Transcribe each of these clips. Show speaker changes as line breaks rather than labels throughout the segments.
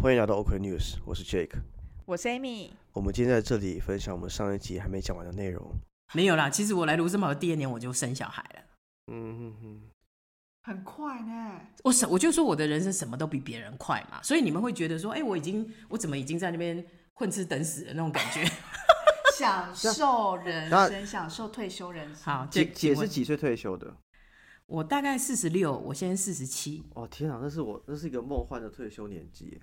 欢迎来到 OK News，我是 Jake。
我是 Amy。
我们今天在这里分享我们上一集还没讲完的内容。
没有啦，其实我来卢森堡的第二年我就生小孩了。
嗯嗯嗯，
很快 呢，
我什我就说我的人生什么都比别人快嘛，所以你们会觉得说，哎、我已经我怎么已经在那边混吃等死的那种感觉。
享受人
那
生，享受退休人生。
好，
姐姐
请
是
问
几岁退休的？
我大概四十六，我现在四十七。
哦天啊，那是我那是一个梦幻的退休年纪耶。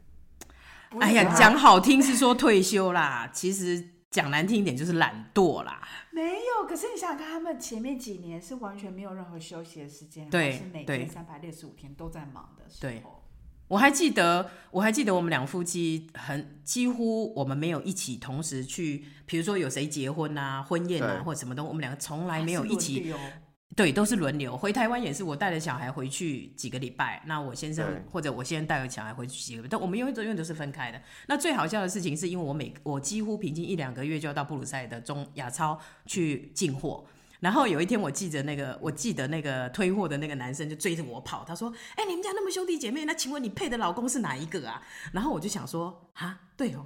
不是
哎呀，
啊
讲好听是说退休啦，其实讲难听一点就是懒惰啦。
没有，可是你想想看，他们前面几年是完全没有任何休息的时间，
对
然后是每
对
天三百六十五天都在忙的时
对
候，
我还记得，我还记得我们两夫妻很几乎我们没有一起同时去，比如说有谁结婚啊、婚宴
对
啊或者什么东西，我们两个从来没有
是哦
一起
轮流
对，都是轮流。回台湾也是我带着小孩回去几个礼拜，那我先生
对
或者我先生带着小孩回去几个礼拜，但我们永远都永远都是分开的。那最好笑的事情是因为我每我几乎平均一两个月就要到布鲁塞尔的中亚超去进货。然后有一天，我记着那个，我记得那个推货的那个男生就追着我跑，他说：“哎、你们家那么兄弟姐妹，那请问你配的老公是哪一个啊？”然后我就想说：“啊，对哦，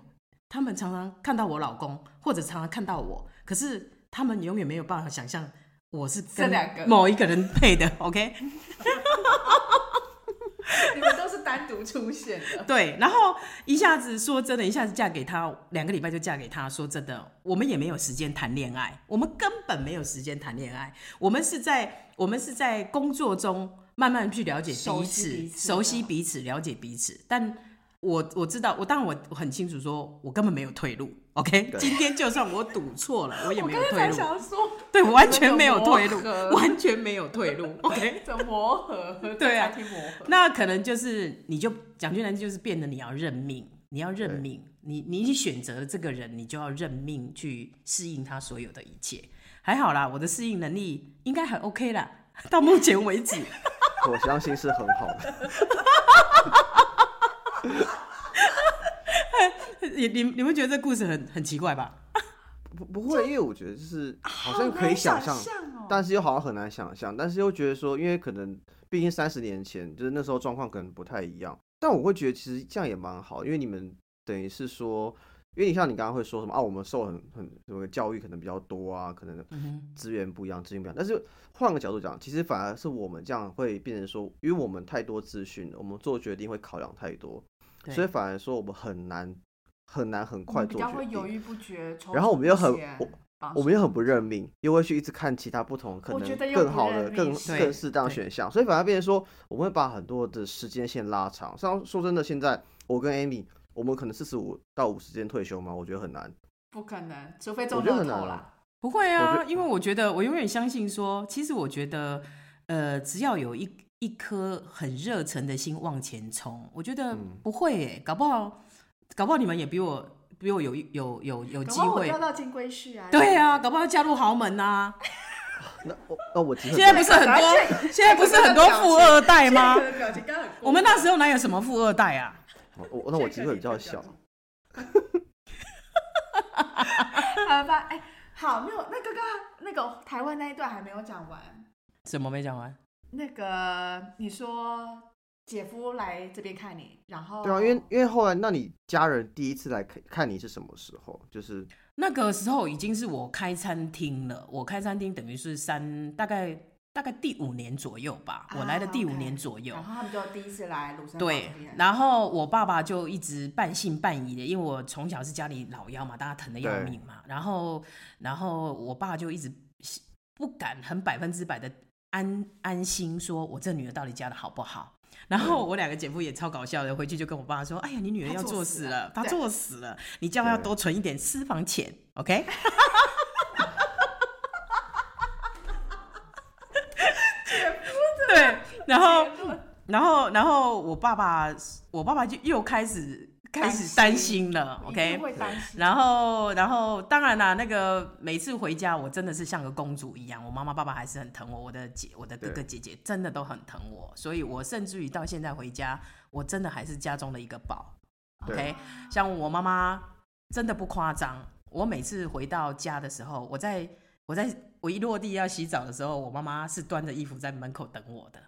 他们常常看到我老公，或者常常看到我，可是他们永远没有办法想象我是
这
跟
两个
某一个人配的。OK，
你们都是单独出现的。
对，然后一下子说真的，一下子嫁给他，两个礼拜就嫁给他。说真的，我们也没有时间谈恋爱，我们根本没有时间谈恋爱。我们是在我们是在工作中慢慢去了解
熟
彼
悉
此，
彼此
熟
的
悉彼此，了解彼此。但我我知道，我当然我很清楚说我根本没有退路。OK，
对
今天就算我赌错了，我也
我
没有
刚才
退
才
路，
想说，
对，完全没有退
怎么磨合
路， 完全没有退路。OK。
怎么磨合？
对啊
这才听磨合。
那可能就是你就讲句难听，就是变得你要认命，你要认
对
命，你你已经选择了这个人，你就要认命去适应他所有的一切。还好啦，我的适应能力应该很 OK 啦，到目前为止。
我相信是很好的。
你你你们觉得这故事很很奇怪吧？
不不会，因为我觉得就是好像
好
可以
难
想
想
象，
哦，
但是又好像很难想象，但是又觉得说，因为可能毕竟三十年前，就是那时候状况可能不太一样。但我会觉得其实这样也蛮好，因为你们等于是说，因为你像你刚刚会说什么啊，我们受很很什么教育可能比较多啊，可能
嗯
资源不一样，资源不一样。但是换个角度讲，其实反而是我们这样会变成说，因为我们太多资讯，我们做决定会考量太多，
对
所以反而说我们很难很难很快
你比
做
较
决
会犹
定。
豫不决，
然后我们又很
踌躇不前保守
我们又很不认命，又会去一直看其他不同可
啊我觉
能
得又
更
不
好
认
的、
命
更
是
更适当的
对
选项，所以反而变成说，我们会把很多的时间线拉长。像说真的，现在我跟 Amy，我们可能四十五到五十间退休嘛，我觉得很难。
不可能，除非
我
中
觉得
乐
很难啊
透
了
啦。
不会
我
啊
觉，
因为我觉得我永远相信说，其实我觉得，呃，只要有一一颗很热忱的心往前冲，我觉得
嗯
不会耶，搞不好，搞不好你们也比我比我有有有有
搞
机
不好我
会
掉，到金龟婿啊！
对啊，搞不好嫁入豪门啊呐、
那我那我提很
现在
多
不是很多，现在不是 很多富二代吗？
这个表情刚刚很过
我们那时候哪有什么富二代啊？
我我那我机会比较小。
分 好吧，哎，好，没有，那刚刚那个台湾那一段还没有讲完。
什么没讲完？
那个你说姐夫来这边看你，然后
对啊，
哦
因为因为后来，那你家人第一次来看看你是什么时候？就是
那个时候已经是我开餐厅了，我开餐厅等于是三大概大概第五年左右吧，我
啊
来的第五年左右。
然后他们就第一次来庐山宝
对
这边，
然后我爸爸就一直半信半疑的，因为我从小是家里老幺嘛，大家疼的要
对
命嘛。然后，然后我爸就一直不敢很百分之百的安安心说，我这女儿到底嫁的好不好？然后我两个姐夫也超搞笑的，回去就跟我爸说：“哎呀，你女儿
她
要
作
做
死
死
了
了，她
对
作死了，你叫她要
对
多存一点私房钱，OK？” 对，然后，然后，然后我爸爸，我爸爸就又开始开始担心 了
一定
，OK。
会担心。
然后，然后，当然啦，那个每次回家，我真的是像个公主一样，我妈妈、爸爸还是很疼我，我的姐、我的哥哥、
对
姐姐真的都很疼我，所以我甚至于到现在回家，我真的还是家中的一个宝。
对
OK，像我妈妈真的不夸张，我每次回到家的时候，我在我在我一落地要洗澡的时候，我妈妈是端着衣服在门口等我的。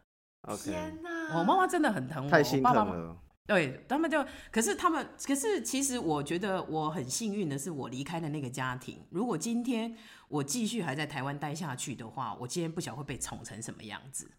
OK，
天哪！
嗯我妈妈真的很疼我，
啊太心
我爸
疼
爸
了。
对他们就，可是他们，可是其实我觉得我很幸运的是，我离开了那个家庭。如果今天我继续还在台湾待下去的话，我今天不晓得会被宠成什么样子。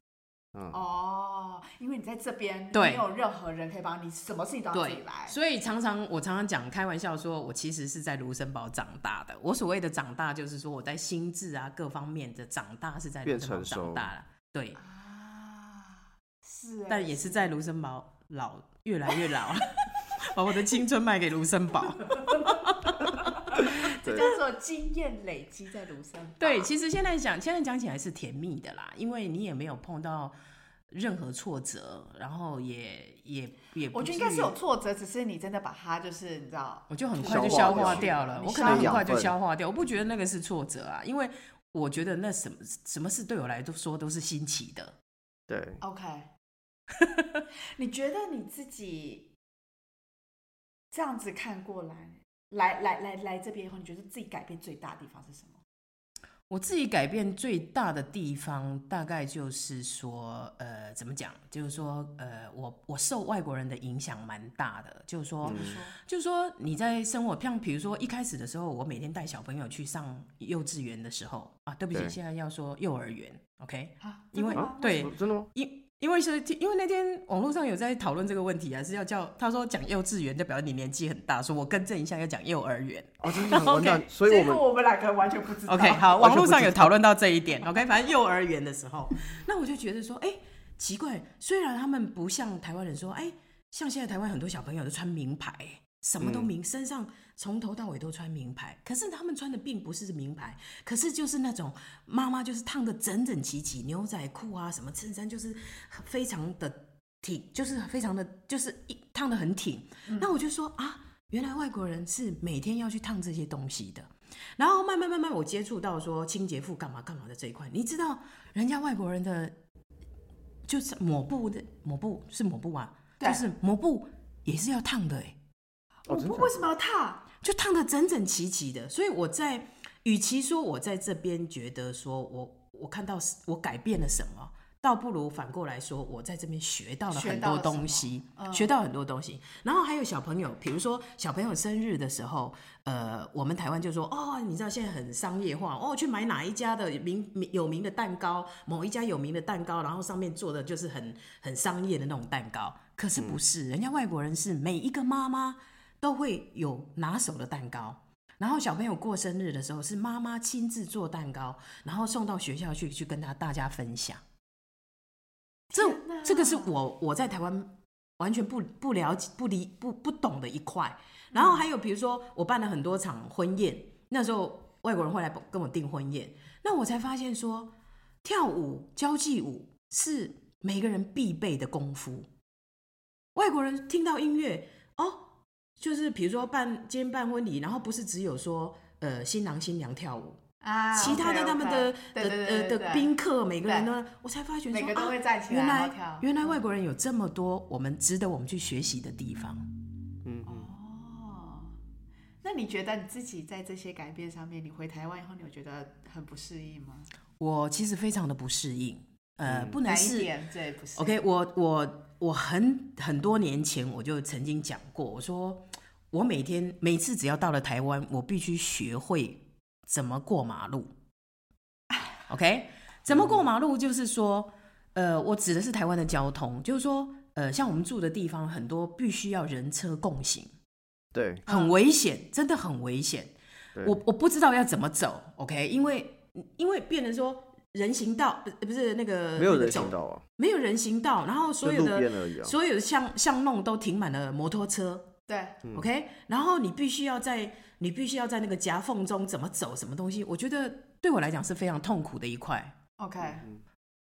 嗯，
哦，因为你在这边，
对
没有任何人可以帮你，什么事情都要自己
对
来，。
所以常常我常常讲开玩笑说，我其实是在卢森堡长大的。我所谓的长大，就是说我在心智啊各方面的长大是在卢
变
森堡
成熟
长大了，对，
啊，是欸，
但也是在卢森堡老越来越老了， 把我的青春卖给卢森堡。
这叫做经验累积在卢森堡。
对，其实现在讲，现在讲起来是甜蜜的啦，因为你也没有碰到任何挫折，然后也也也不
我觉得应
至
该是
于
有，挫折，只是你真的把它就是你知道，
我就很快
消
就消
化
化
掉
掉了，
你
我可
消化
能很快
养
就
分
消化掉，我不觉得那个是挫折啊，因为我觉得那什么什么事对我来都说都是新奇的。
对，
OK，你觉得你自己这样子看过来，来来来来这边以后，你觉得自己改变最大的地方是什么？
我自己改变最大的地方，大概就是说，呃，怎么讲？就是说，呃，我我受外国人的影响蛮大的，就是说，
你说，
就是说你在生活，像比如说一开始的时候，我每天带小朋友去上幼稚园的时候啊，对不起，
对
现在要说幼儿园，OK？
啊，
因为
真的吗
对
哦真的吗？
因因为是因为那天网络上有在讨论这个问题啊，是要叫他说讲幼稚园，代表你年纪很大，说我更正一下，要讲幼儿园。
哦，真的完蛋，所以
这
我
个
们
我们两个完全不知道。
OK，好，
完全
网络
不
上
知
有
道
讨论到这一点。OK，反正幼儿园的 时候，那我就觉得说，哎、奇怪，虽然他们不像台湾人说，哎、像现在台湾很多小朋友都穿名牌、什
嗯
么都名，身上从头到尾都穿名牌，可是他们穿的并不是名牌，可是就是那种妈妈就是烫的整整齐齐，牛仔裤啊什么衬衫就是非常的挺，就是非常的就是一烫的很挺。
嗯
那我就说啊，原来外国人是每天要去烫这些东西的。然后慢慢慢慢，我接触到说清洁妇干嘛干嘛的这一块，你知道人家外国人的就是抹布的抹布是抹布啊，
对
就是抹布也是要烫的哎、
我
哦真
不
的
为什么要踏？
就烫的整整齐齐的。所以我在，与其说我在这边觉得说我我看到是我改变了什么，倒不如反过来说我在这边学到了
学
很
到
多
了什么
东西，
嗯
学到很多东西。然后还有小朋友，比如说小朋友生日的时候，呃，我们台湾就说哦，你知道现在很商业化哦，去买哪一家的名名有名的蛋糕，某一家有名的蛋糕，然后上面做的就是很很商业的那种蛋糕。可是不是，人家外国人是每一个妈妈都会有拿手的蛋糕。然后小朋友过生日的时候，是妈妈亲自做蛋糕，然后送到学校去，去跟他大家分享。这
天哪
这个是我我在台湾完全不不了解、不理不不懂的一块。然后还有比如说，我办了很多场婚宴，那时候外国人会来跟我订婚宴，那我才发现说，跳舞、交际舞是每个人必备的功夫。外国人听到音乐哦，就是比如说办今天办婚礼，然后不是只有说呃新郎新娘跳舞，
啊
其他的
OK，OK
他们的
对对
的
对
呃
对
的宾客每个人
对
呢，我才发觉
每
说
个都
啊
会站起来
原
然后
来
跳嗯
原来外国人有这么多我们值得我们去学习的地方。
嗯嗯。
哦，那你觉得你自己在这些改变上面，你回台湾以后，你有觉得很不适应吗？
我其实非常的不适应，呃，不能
哪一
是
点最不适应
OK，我我我很很多年前我就曾经讲过，我说我每天每次只要到了台湾，我必须学会怎么过马路。OK，怎么过马路就是说，呃，我指的是台湾的交通，就是说，呃，像我们住的地方很多必须要人车共行，
对，
很危险，真的很危险。
嗯对
我我不知道要怎么走，OK，因为因为变成说人行道呃不是那个
没有
那个
人
走
行道啊，
没有人行道，然后
就
所有
路
的
边而已啊。
所有的巷巷弄都停满了摩托车、
对，
嗯
o k 然后你必须要在你必须要在那个夹缝中怎么走什么东西，我觉得对我来讲是非常痛苦的一块。
OK，
嗯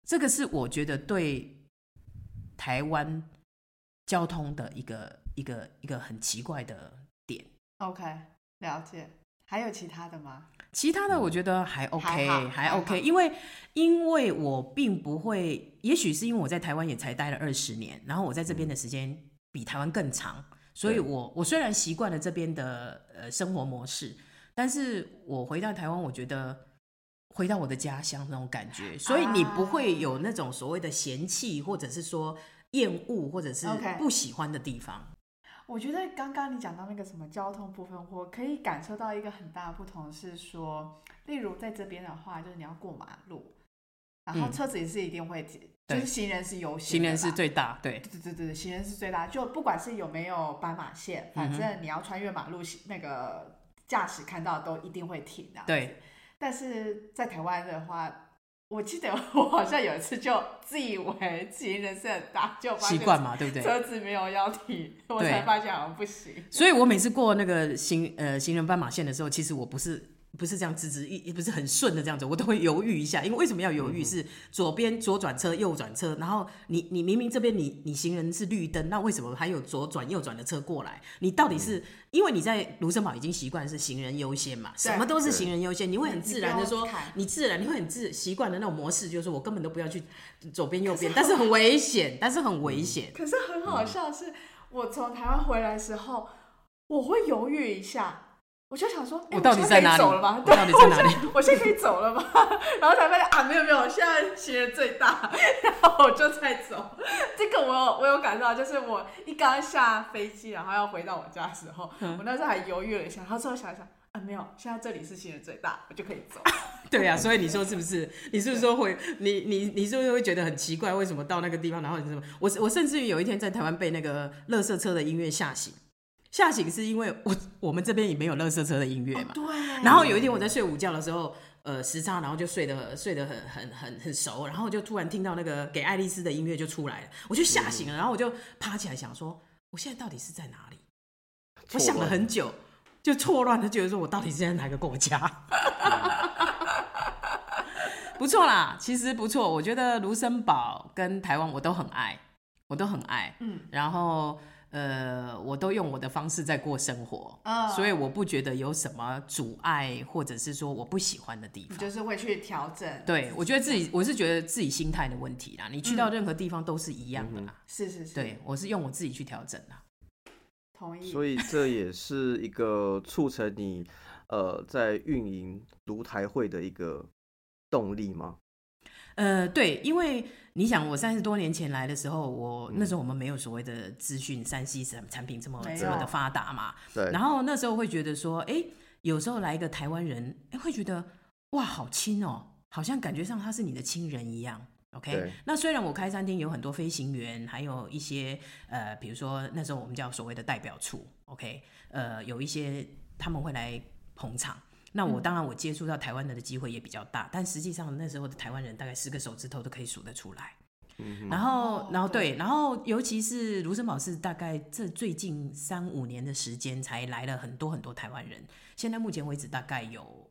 这个是我觉得对台湾交通的一个一个一个很奇怪的点。
OK，了解。还有其他的吗？
其他的我觉得还
嗯
OK，
还好还好
OK，因为因为我并不会，也许是因为我在台湾也才待了二十年，然后我在这边的时间比台湾更长，所以
对
我我虽然习惯了这边的呃生活模式，但是我回到台湾，我觉得回到我的家乡那种感觉，所以你不会有那种所谓的嫌弃，或者是说厌恶或者是
OK
不喜欢的地方。
我觉得刚刚你讲到那个什么交通部分，我可以感受到一个很大的不同是说，例如在这边的话，就是你要过马路，然后
嗯
车子也是一定会，就
对
是行人是优先
行
的
人是
啦
最大，对，
对对对对，行人是最大，就不管是有没有斑马线，反正你要穿越马路，那个驾驶看到都一定会停的。
对，
但是在台湾的话，我记得我好像有一次就自以为行人是很大，就发
习
现
惯嘛，对不对？
车子没有要停，我
对
才发现好像不行。
所以我每次过那个行呃行人斑马线的时候，其实我不是不是这样直直一也不是很顺的这样走，我都会犹豫一下，因为为什么要犹
嗯
豫？是左边左转车、右转车，然后你你明明这边你你行人是绿灯，那为什么还有左转右转的车过来？你到底
嗯
是、因为你在卢森堡已经习惯是行人优先嘛，什么都是行人优先，你会很自然的
你
说
不用看，
你自然你会很自习惯的那种模式，就是我根本都不要去左边右 边，但是很危险，但是很危险。
可是很好笑的是，我从台湾回来的时候，我会犹豫一下。我就想说，哎
我到底
现可
在
以
哪里
走了吧？
我到底在哪里
对我现我现在可以走了吧？ 然后才发现啊，没有没有，我现在行人最大， 然后我就在走。这个我有我有感受到，就是我一刚下飞机，然后要回到我家的时候，
嗯
我那时候还犹豫了一下，然后最后想一想啊，没有，现在这里是行人最大，我就可以走。
对呀、所以你说是不是？你是不是说会你你你是不是会觉得很奇怪？为什么到那个地方，然后你什么？我我甚至于有一天在台湾被那个乐色车的音乐吓醒，吓醒是因为我我们这边也没有乐色车的音乐嘛。
哦对啊
然后有一天我在睡午觉的时候，呃，时差，然后就睡得睡得很很很很熟，然后就突然听到那个给爱丽丝的音乐就出来了，我就吓醒了，然后我就爬起来想说，我现在到底是在哪里？我想了很久，就错乱的觉得说我到底是在哪个国家？不错啦，其实不错，我觉得卢森堡跟台湾我都很爱，我都很爱，
嗯，
然后呃，我都用我的方式在过生活，
啊
嗯所以我不觉得有什么阻碍，或者是说我不喜欢的地
你
方。
就是会去调整。
对，我觉得自己我是觉得自己心态的问题啦，你去到任何地方都是一样的啦。
是是是，
对，我是用我自己去调整啦。
同意。
所以这也是一个促成你呃在运营卢台会的一个动力吗？
呃，对，因为你想，我三十多年前来的时候，我那时候我们没有所谓的资讯、三 C 产产品这么
嗯没有
这么的发达嘛，
对
然，后那时候会觉得说，哎，有时候来一个台湾人，哎，会觉得哇，好亲哦，好像感觉上他是你的亲人一样。OK，
对
那虽然我开餐厅有很多飞行员，还有一些呃，比如说那时候我们叫所谓的代表处，OK，呃，有一些他们会来捧场。那
嗯
我当然我接触到台湾人的机会也比较大，但实际上那时候的台湾人大概十个手指头都可以数得出来。
嗯
然
哦
后，然后
对
对，然后尤其是卢森堡是大概这最近三五年的时间才来了很多很多台湾人，现在目前为止大概有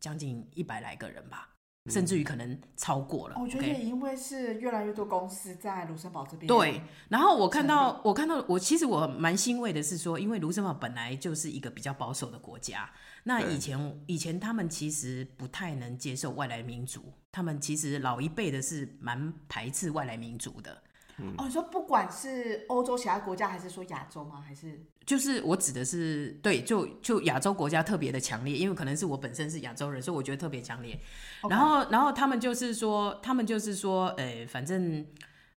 将近一百来个人吧，甚至于可能超过了。
哦我觉得
OK
也因为是越来越多公司在卢森堡这边，
对，然后我看
成
到，我看到，我其实我蛮欣慰的是说，因为卢森堡本来就是一个比较保守的国家，那
对
以前以前他们其实不太能接受外来民族，他们其实老一辈的是蛮排斥外来民族的，
嗯
哦，你说不管是欧洲其他国家，还是说亚洲吗？还是
就是我指的是对，就就亚洲国家特别的强烈，因为可能是我本身是亚洲人，所以我觉得特别强烈。然后，然后他们就是说，他们就是说，呃，反正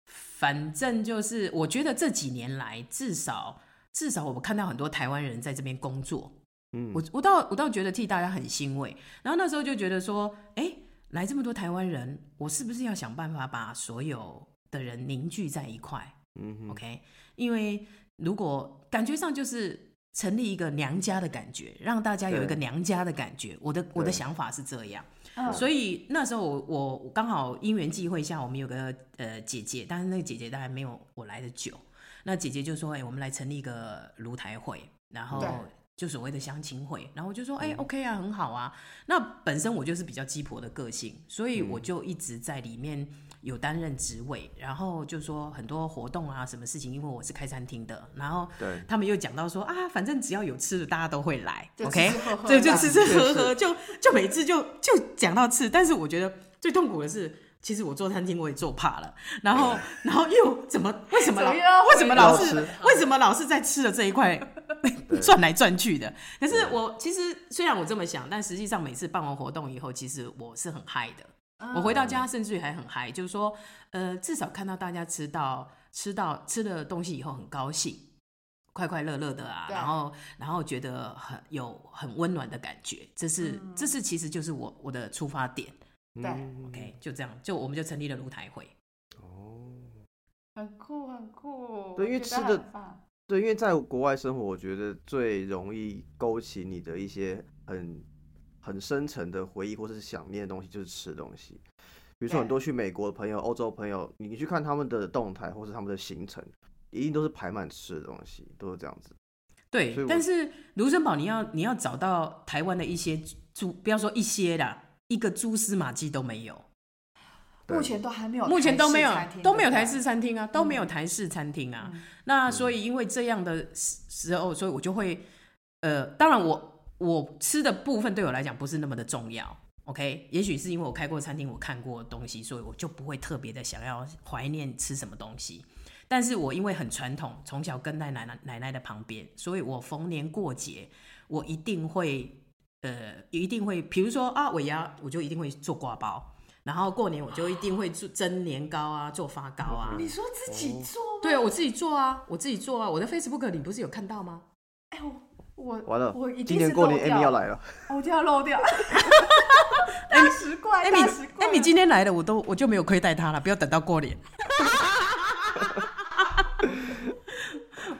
反正就是，我觉得这几年来，至少至少我们看到很多台湾人在这边工作，
嗯
我我倒我倒觉得替大家很欣慰。然后那时候就觉得说，哎，来这么多台湾人，我是不是要想办法把所有的人凝聚在一块？
嗯哼，
OK，因为如果感觉上就是成立一个娘家的感觉，让大家有一个
对
娘家的感觉。我的我
对
的想法是这样，
嗯
所以那时候我我我刚好因缘际会下，我们有个呃姐姐，但是那个姐姐当然没有我来的久。那姐姐就说：“哎、我们来成立一个炉台会，然后
对嗯
就所谓的相亲会。”然后我就说：“哎、o k 啊，很好啊。”那本身我就是比较鸡婆的个性，所以
嗯
我就一直在里面有担任职位，然后就说很多活动啊，什么事情，因为我是开餐厅的，然后
对，
他们又讲到说啊，反正只要有吃的，大家都会来
就
，OK，
吃吃喝喝
对，
这
就
样
吃吃喝喝，就就每次就就讲到吃，但是我觉得最痛苦的是。其实我做餐厅我也做怕了，然后然后又怎么为什么老
怎么又要回
为什么老
到
是
吃
为什么老是在吃的这一块
对
转来转去的？可是我其实虽然我这么想，但实际上每次办完活动以后，其实我是很
嗯
嗨的。我回到家甚至于还很嗨，就是说，呃，至少看到大家吃到吃到吃了东西以后很高兴，快快乐乐的啊，
对
然后然后觉得很有很温暖的感觉，这是、这是其实就是我我的出发点。
对
嗯
OK，就这样，就我们就成立了卢台会。
哦，
很酷很酷。
对因
我
为
觉
吃
得
的
很棒
对，因为在国外生活，我觉得最容易勾起你的一些很很深沉的回忆或是想念的东西，就是吃东西。比如说很
对
多去美国的朋友、欧洲朋友，你你去看他们的动态或是他们的行程，一定都是排满吃的东西，都是这样子。所以
对，
我
但是卢森堡你要你要找到台湾的一些蛛，不要说一些啦，一个蛛丝马迹都没有。
对
目前都还没有，
目前都没有都没有台
式
式餐厅啊，都没有台式餐厅啊。那所以因为这样的时时候，所以我就会呃，当然我我吃的部分对我来讲不是那么的重要。OK，也许是因为我开过餐厅，我看过东西，所以我就不会特别的想要怀念吃什么东西。但是我因为很传统，从小跟在奶奶奶奶的旁边，所以我逢年过节，我一定会呃，一定会，比如说啊，尾牙我就一定会做挂包，然后过年我就一定会做蒸年糕啊，做发糕啊
餐厅对不对。你说自
哦
己做吗？
对啊，我自己做啊，我自己做啊。我的 Facebook 你不是有看到吗？
哎我我
完了
我一，定
今年
是
过
漏
年 Amy
掉
要来了，
我就要漏掉。大食怪，大食怪。
哎 Amy 哎今天来了，我都我就没有亏待她了，不要等到过年。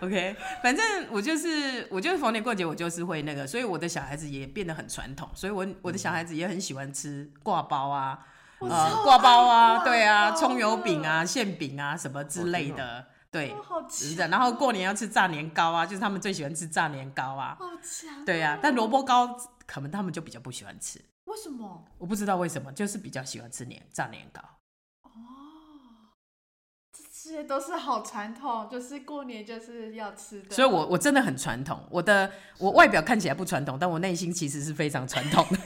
OK，反正我就是，我就是逢年过节，我就是会那个，所以我的小孩子也变得很传统，所以我我的小孩子也很喜欢吃挂包啊，
我超
呃，
爱
挂包啊，对
挂
啊，
包
葱油饼啊，馅饼啊，什么之类的，对
哦，，好
是
强，
的。然后过年要吃炸年糕啊，就是他们最喜欢吃炸年糕啊，
好强。哦
对啊。但萝卜糕可能他们就比较不喜欢吃，
为什么？
我不知道为什么，就是比较喜欢吃年炸年糕。
哦，这些都是好传统，就是过年就是要吃的。
所以我我真的很传统，我的我外表看起来不传统，但我内心其实是非常传统的。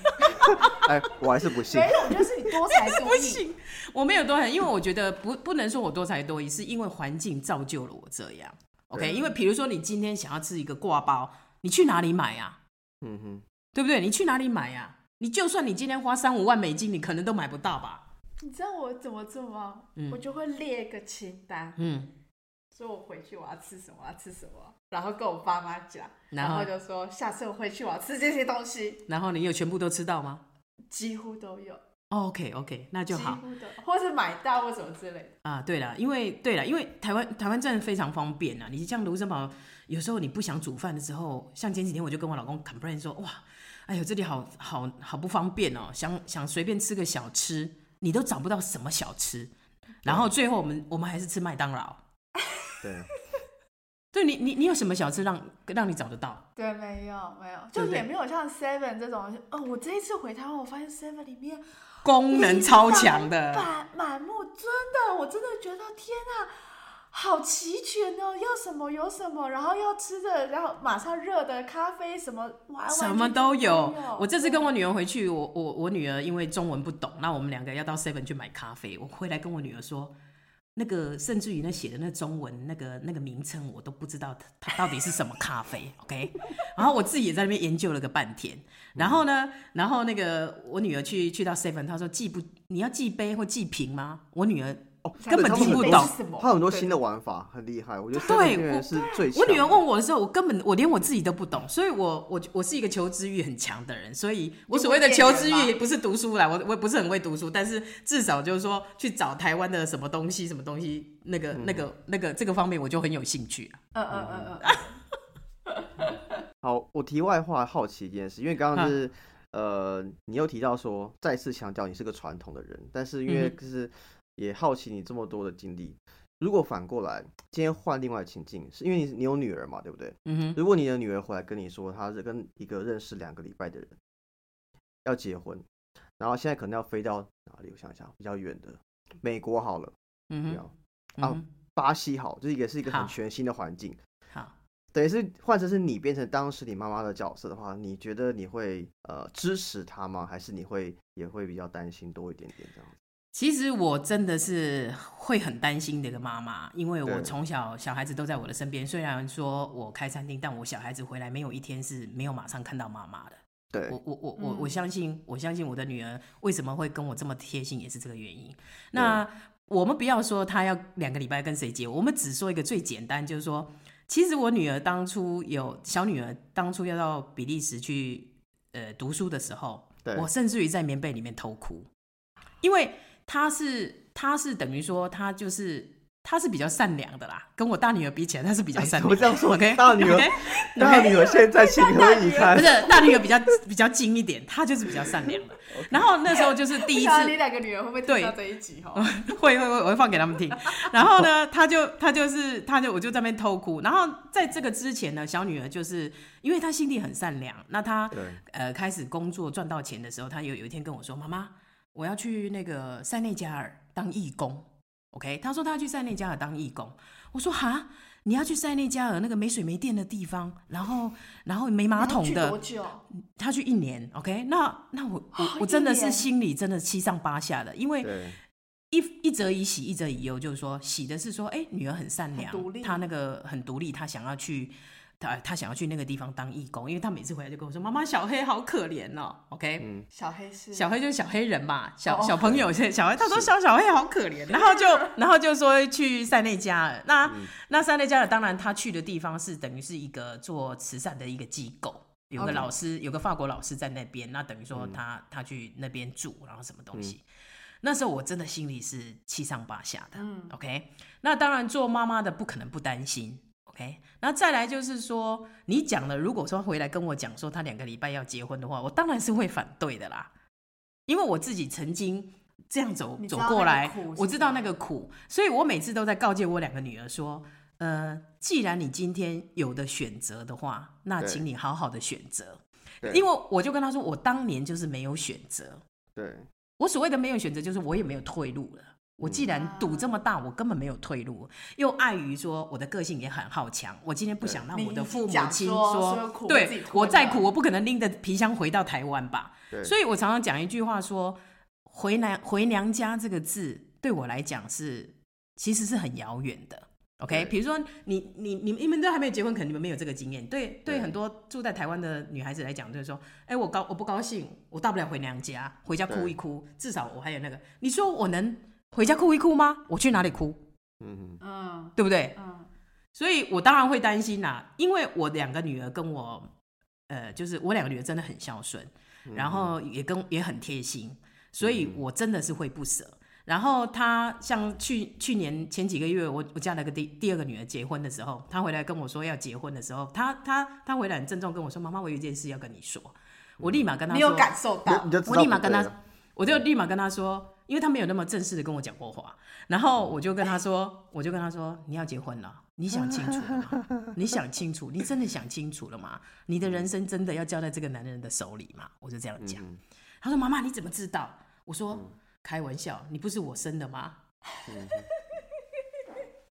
哎，我还是不信
没。有，就是你多才多
不
艺。
行，我没有多狠，因为我觉得不不能说我多才多艺，是因为环境造就了我这样。OK，
对
因为比如说你今天想要吃一个挂包，你去哪里买啊？
嗯哼，
对不对？你去哪里买呀、你就算你今天花三五万美金，你可能都买不到吧？
你知道我怎么做吗？
嗯
我就会列一个清单，
嗯，
所以我回去我要吃什么，我要吃什么，然后跟我爸妈讲，
然
然
后
后就说下次我回去我要吃这些东西，
然后你有全部都吃到吗、
几乎都有，
o k OK，那
几
就好
乎都，或是买到或什么之类的。
啊。对了，因为对了，因为台湾台湾真的非常方便啊。你像卢森堡，有时候你不想煮饭的时候，像前几天我就跟我老公 complain 说，哇，哎呦这里好好好不方便哦，想想随便吃个小吃，你都找不到什么小吃。然后最后我们我们还是吃麦当劳。
对，啊
对你你你有什么小吃让让你找得到？
对，没有没有，就
对不对
也没有像 Seven 这种。哦，我这一次回台湾，我发现 Seven 里面
功能超 强的。
满满目，真的，我真的觉得天啊，好齐全哦，要什么有什么，然后要吃的，然后马上热的咖啡什么，完完
什么都有
全全都有。嗯
我这次跟我女儿回去，我我我女儿因为中文不懂，那我们两个要到 Seven 去买咖啡。我回来跟我女儿说，那个甚至于那写的那中文那个那个名称，我都不知道它它到底是什么咖啡。OK，然 后我自己也在那边研究了个半天。然后呢，然后那个我女儿去去到 Seven，她说寄不你要寄杯或寄瓶吗？我女儿
哦，
根本
对他们
听不
很
懂
多
是什么
他有很多
对
新的玩法，很厉害。我觉得
对
这
我
个是最强
我
的。
女儿问我的时候，我根本我连我自己都不懂，所以我我我是一个求知欲很强的人，所以我所谓的求知欲不是读书啦，我我不是很会读书，但是至少就是说去找台湾的什么东西什么东西，那个那个那个这个方面我就很有兴趣啊。
嗯嗯嗯 嗯
好，我题外话好奇一件事，因为刚刚
哈
就是呃，你又提到说，再次强调你是个传统的人，但是因为
嗯哼
就是也好奇你这么多的经历。如果反过来，今天换另外的情境，是因为你你有女儿嘛，对不对？
嗯哼，
如果你的女儿回来跟你说，她是跟一个认识两个礼拜的人要结婚，然后现在可能要飞到哪里？我想一想，比较远的美国好了，
嗯
不
哼，
要
嗯哼，
巴西好，这也是一个
好
很全新的环境。
好，
等于是换成是你变成当时你妈妈的角色的话，你觉得你会呃支持她吗？还是你会也会比较担心多一点点这样子？
其实我真的是会很担心的一个妈妈，因为我
对
从小小孩子都在我的身边，虽然说我开餐厅，但我小孩子回来没有一天是没有马上看到妈妈的。
对，
我我我我我
嗯
相信，我相信我的女儿为什么会跟我这么贴心，也是这个原因。那我们不要说他要两个礼拜跟谁结，我们只说一个最简单，就是说，其实我女儿当初有小女儿当初要到比利时去呃读书的时候，
对
我甚至于在棉被里面偷哭，因为她是她是等于说她就是。她是比较善良的啦，跟我大女儿比起来，她是比较善良
哎怎
的。
么这样说
OK，
大女儿
OK？
大女儿现在情何以堪
不？是大女儿比较 比较精一点，她就是比较善良的。然后那时候就是第
不
一
晓得
次
你两个女儿会不会听
对
到这一集哦？
会会会，我会放给他们听。然后呢，他就他就是他就我就在那边偷哭。然后在这个之前呢，小女儿就是因为她心地很善良，那她
对，
呃开始工作赚到钱的时候，她有有一天跟我说：“妈妈，我要去那个塞内加尔当义工。” OK，她说她要去塞内加尔当义工。我说：“哈，你要去塞内加尔那个没水没电的地方，然后然后没马桶
去
的，
多久？
他去一年，OK，那那我我
啊
我
一
真的是
年
心里真的七上八下的，因为
对，
一一则以喜，一则以忧，就是说喜的是说，哎、女儿很善良
很独立，
她那个很独立，她想要去，她她想要去那个地方当义工，因为她每次回来就跟我说，妈妈小黑好可怜哦，OK，、
嗯，
小黑是
小黑就是小黑人嘛，小
哦
小朋友，小黑，他说
是
小小黑好可 怜，然后就然后就说去塞内加尔，那、
嗯
那塞内加尔当然他去的地方是等于是一个做慈善的一个机构。有个
OK 嗯
老师有个法国老师在那边，那等于说他、他去那边住，然后什么东西。那时候我真的心里是七上八下的。
嗯
OK，那当然做妈妈的不可能不担心。OK，那再来就是说，你讲了，如果说回来跟我讲说他两个礼拜要结婚的话，我当然是会反对的啦，因为我自己曾经这样走
你知
走
道那
过
个
来
苦，
我
是
知道
什么
那个苦，所以我每次都在告诫我两个女儿说，呃，既然你今天有的选择的话，那
对
请你好好的选择，
对
因为我就跟她说，我当年就是没有选择，
对，
我所谓的没有选择，就是我也没有退路了。我
嗯
既然赌这么大，我根本没有退路，又碍于说我的个性也很好强，我今天不想让我的父母
你
亲
讲说所有苦我自己
对
吞
我再
了
苦，我不可能拎着皮箱回到台湾吧。
对，
所以我常常讲一句话说，回娘回娘家这个字对我来讲是其实是很遥远的。OK，
对
比如说你你你们你们都还没有结婚，可能你们没有这个经验。对对，
对
很多住在台湾的女孩子来讲，就是说，哎、我高我不高兴，我大不了回娘家，回家哭
对
一哭，至少我还有那个。你说我能回家哭一哭吗？我去哪里哭？
嗯，
嗯
对不对？
嗯
所以我当然会担心啦、因为我两个女儿跟我，呃，就是我两个女儿真的很孝顺，然后也跟也很贴心，所以我真的是会不舍。然后她像去去年前几个月，我我嫁了个第第二个女儿结婚的时候，她回来跟我说要结婚的时候，她她她回来很郑重跟我说：“妈妈，我有一件事要跟你说。”我立马跟她
你
说
有感受
你
到
你就知
我
道
立马
不
跟
对
他
了，
我就立马跟他说，因为他没有那么正式的跟我讲过话，然后我就跟他说，我就跟他说，你要结婚了，你想清楚了吗？你想清楚，你真的想清楚了吗？你的人生真的要交在这个男人的手里吗？我就这样讲。
嗯
他说：“妈妈，你怎么知道？”我说：“开玩笑，你不是我生的吗？”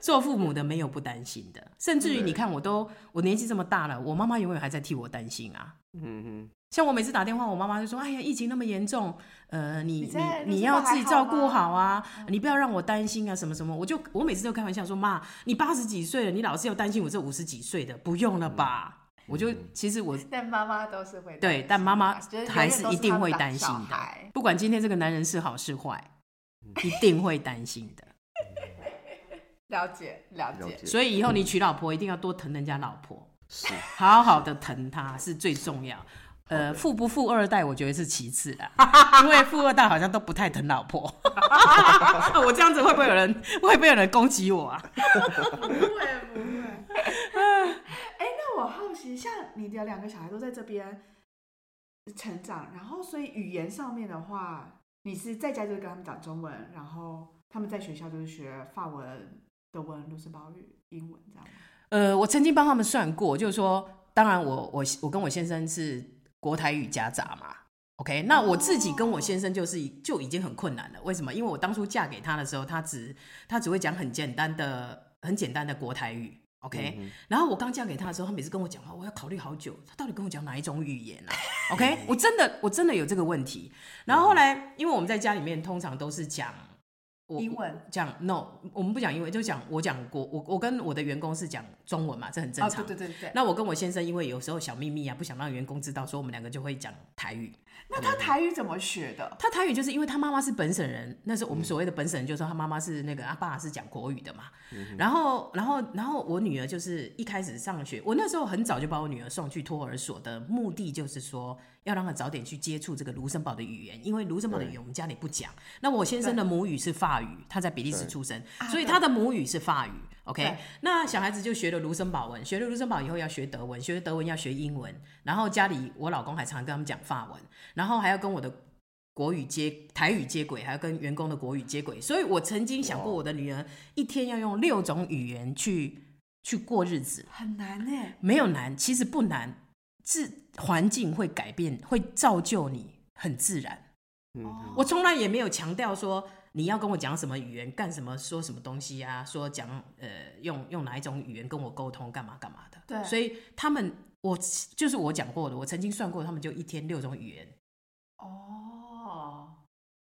做父母的没有不担心的，甚至于你看，我都我年纪这么大了，我妈妈永远还在替我担心啊。
嗯
像我每次打电话，我妈妈就说：“哎呀，疫情那么严重，呃，
你
你你
在日
你
本
要
还
自己
好
照顾
吗嗯
好啊，你不要让我担心啊，什么什么。”我就我每次都开玩笑说：“妈，你八十几岁了，你老是要担心我这五十几岁的，不用了吧？”我就其实我
但妈妈都是会担心的啊
对，但妈妈
就是永远
还是
都
一
是
定
他们
会
养
担心
小
的
孩，
不管今天这个男人是好是坏，一定会担心的。
了解了
了
解
解。
所以以后你娶老婆一定要多疼人家老婆，
是
好好的疼她是最重要。呃，富不富二代，我觉得是其次啦， 因为富二代好像都不太疼老婆。 我这样子会不会有人会不会有人攻击我啊？
不会不会。哎、那我好奇，像你的两个小孩都在这边成长，然后所以语言上面的话，你是在家就是跟他们讲中文，然后他们在学校就是学法文、德文、卢森堡语、英文这样吗。
呃，我曾经帮他们算过，就是说，当然我我我跟我先生是国台语夹杂嘛。OK，那我自己跟我先生就是已就已经很困难了。为什么？因为我当初嫁给他的时候，他只他只会讲很简单的、很简单的国台语。OK，、然后我刚嫁给他的时候，他每次跟我讲话，我要考虑好久，他到底跟我讲哪一种 语言啊？OK，我真的我真的有这个问题。然后后来，因为我们在家里面通常都是讲我
英文
讲 no，我们不讲英文，就讲我讲国，我我跟我的员工是讲中文嘛，这很正
啊，
常。嗯
对对对对。
那我跟我先生，因为有时候小秘密啊，不想让员工知道，所以我们两个就会讲台语。
那他台语怎么学的？
他台语就是因为他妈妈是本省人，那时候我们所谓的本省人，就是说他妈妈是那个阿啊爸是讲国语的嘛。然后，然后，然后我女儿就是一开始上学，我那时候很早就把我女儿送去托儿所的目的就是说要让她早点去接触这个卢森堡的语言，因为卢森堡的语言我们家里不讲。那我先生的母语是法语，他在比利时
对
出生
啊，
所以
对
他的母语是法语。OK，
对
那小孩子就学了卢森堡文，学了卢森堡以后要学德文，学了德文要学英文，然后家里我老公还常跟他们讲法文，然后还要跟我的国语接台语接轨，还要跟员工的国语接轨。所以我曾经想过，
哇
我的女儿一天要用六种语言去去过日子，
很难呢、
没有难，其实不难，是环境会改变，会造就你，很自然。
嗯
哦
嗯
我从来也没有强调说你要跟我讲什么语言，干什么，说什么东西啊，说讲呃用用哪一种语言跟我沟通，干嘛干嘛的。
对
所以他们我就是我讲过的，我曾经算过，他们就一天六种语言。
哦，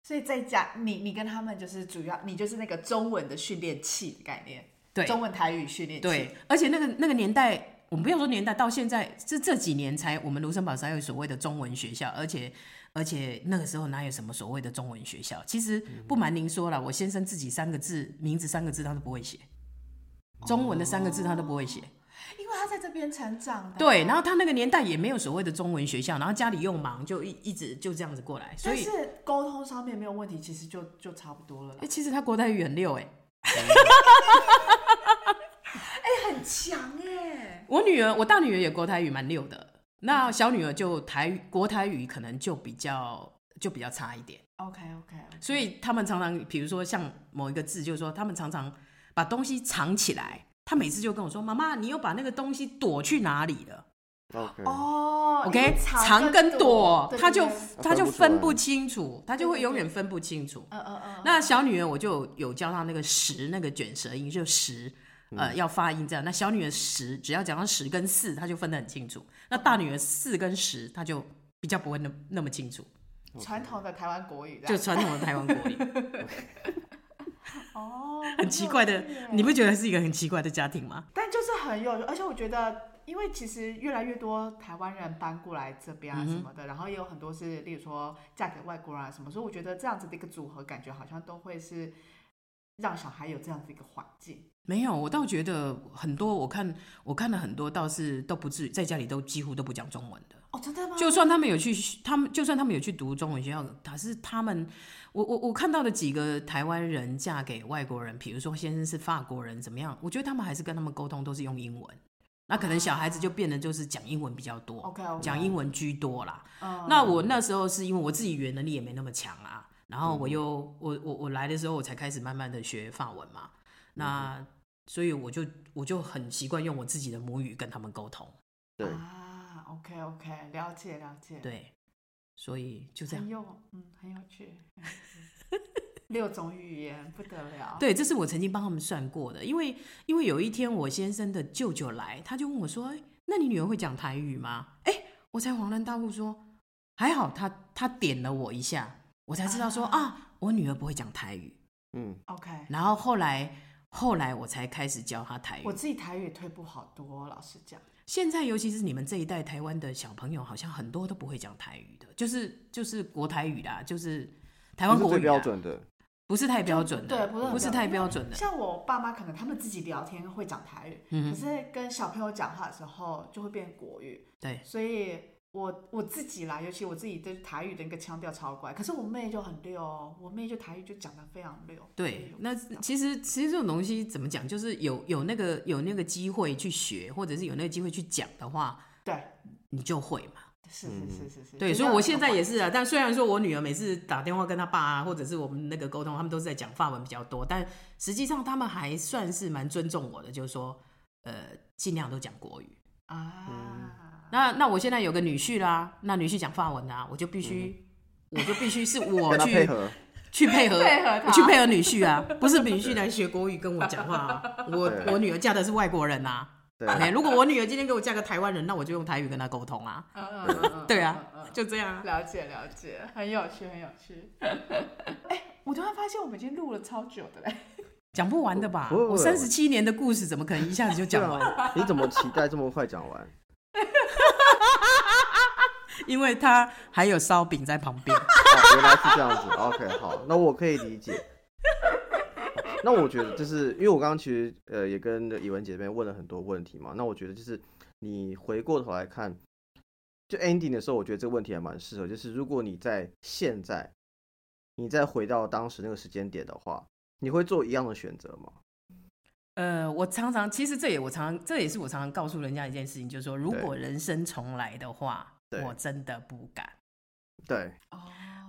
所以在家，你你跟他们就是主要，你就是那个中文的训练器的概念，
对，
中文台语训练器。
对，而且那个那个年代，我们不要说年代，到现在这这几年才我们卢森堡才有所谓的中文学校，而且而且那个时候哪有什么所谓的中文学校？其实不瞒您说了，我先生自己三个字名字三个字他都不会写，中文的三个字他都不会写。
因为他在这边成长的。
对，然后他那个年代也没有所谓的中文学校，然后家里又忙，就一一直就这样子过来，所
但
以
是沟通上面没有问题，其实就就差不多了啦
哎、。其实他国台语很溜哎、
哎、很强哎、
我女儿，我大女儿也国台语蛮溜的，那小女儿就台语国台语可能就比较就比较差一点，
OK OK，
所以他们常常，比如说像某一个字，就是说他们常常把东西藏起来。他每次就跟我说：“妈妈，你又把那个东西躲去哪里了
OK，
哦因
？”OK，
为
藏跟
躲
躲，，他就他
分
就
不出
分
来
不清楚，他就
对
会
对
永
对
远分不清楚。
嗯嗯嗯，
那小女儿我就有教她那个十那个卷舌音，就十，
嗯
呃，要发音这样。那小女儿十，只要讲到十跟四，她就分得很清楚。那大女儿四跟十，她就比较不会那那么 清楚，
传统的台湾国语这
就
样，
传统的台湾国 语，
哦，
很奇怪的
有趣耶，
你不觉得是一个很奇怪的家庭吗？
但就是很有，而且我觉得，因为其实越来越多台湾人搬过来这边啊
嗯
什么的，然后也有很多是，例如说嫁给外国人啊什么，所以我觉得这样子的一个组合，感觉好像都会是让小孩有这样子一个环境。
没有，我倒觉得很多，我看我看了很多，倒是都不至于在家里都几乎都不讲中文的。
哦，真的吗？
就算他们有去，他们就算他们有去读中文学校，可是他们，我我我看到的几个台湾人嫁给外国人，比如说先生是法国人，怎么样？我觉得他们还是跟他们沟通都是用英文，那可能小孩子就变得就是讲英文比较多，
OK OK，
讲英文居多啦。
嗯
那我那时候是因为我自己语言能力也没那么强啊，然后我又我我我来的时候我才开始慢慢的学法文嘛，那所以我就我就很习惯用我自己的母语跟他们沟通，
对，
啊，OK OK，了解了解，，
对，所以就这样
很。有，嗯，很有趣。 很有趣六种语言不得了，
对，这是我曾经帮他们算过的，因为因为有一天我先生的舅舅来，他就问我说：“哎那你女儿会讲台语吗？”哎，我才恍然大悟说，还好他他点了我一下，我才知道说
啊
啊，我女儿不会讲台语。
嗯，
，OK，
然后后来后来我才开始教她台语
我。自己台语也退步好多，老实讲。
现在尤其是你们这一代台湾的小朋友，好像很多都不会讲台语的，就是就是国台语啦，就是台湾
不是
国
最
语啦啊
标准的，
不是太标准的，
对不是很
不
标
是
准
太标准的。
像我爸妈可能他们自己聊天会讲台语，
嗯
可是跟小朋友讲话的时候就会变国语，
对
所以我我自己啦，尤其我自己对台语的那个腔调超怪，可是我妹就很溜哦，我妹就台语就讲的非常溜。
对，
所以
那其实其实这种东西怎么讲，就是有有那个有那个机会去学，或者是有那个机会去讲的话，
对，
你就会嘛。
是是是是是。
对，
就
所以
像
我现在也是啊。但虽然说我女儿每次打电话跟她爸啊，或者是我们那个沟通，他们都是在讲法文比较多，但实际上他们还算是蛮尊重我的，就是说，呃，尽量都讲国语。
啊，
那那我现在有个女婿啦，那女婿讲法文啊，我就必须。我就必须是
嗯
我
跟他
去
配合，
去配合，
配合他
我去配合女婿啊， 不是女婿来学国语跟我讲话啊。我
对
我女儿嫁的是外国人啊。
对，
OK，如果我女儿今天给我嫁个台湾人，那我就用台语跟她沟通啊。
嗯嗯嗯嗯
对
嗯嗯
啊，就这样啊。
了解了解，很有趣，很有趣。哎、我突然发现我们已经录了超久的嘞，
讲不完的吧？
不不不
我三十七年的故事怎么可能一下子就讲完？
对啊 你怎么期待这么快讲完？
因为他还有烧饼在旁边。
哦，原来是这样子。OK，好，那我可以理解。那我觉得就是因为我刚刚其实呃也跟以文姐妹问了很多问题嘛，那我觉得就是你回过头来看，就 ending 的时候，我觉得这个问题还蛮适合，就是如果你在现在，你再回到当时那个时间点的话，你会做一样的选择吗？
呃，我常常其实这也我常常这也是我常常告诉人家一件事情，就是说，如果人生重来的话，
对
我真的不敢，
对，
哦，